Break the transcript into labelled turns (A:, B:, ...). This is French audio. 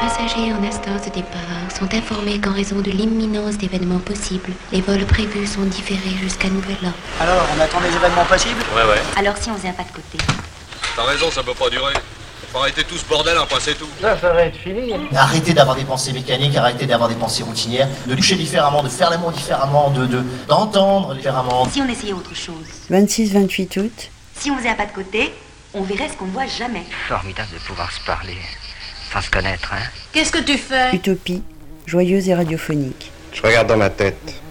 A: passagers en instance de départ sont informés qu'en raison de l'imminence d'événements possibles, les vols prévus sont différés jusqu'à nouvel ordre.
B: Alors, on attend les événements possibles
C: Ouais, ouais.
A: Alors si on faisait un pas de côté
C: T'as raison, ça peut pas durer. Faut arrêter tout ce bordel, hein, c'est tout.
D: Ça, ça va être fini.
E: Arrêtez d'avoir des pensées mécaniques, arrêtez d'avoir des pensées routinières, de toucher différemment, de faire l'amour différemment, de de- d'entendre différemment.
A: Si on essayait autre chose
F: 26-28 août,
A: Si on faisait un pas de côté, on verrait ce qu'on ne voit jamais.
G: Formidable de pouvoir se parler, sans se connaître, hein.
H: Qu'est-ce que tu fais
F: Utopie, joyeuse et radiophonique.
I: Je regarde dans ma tête.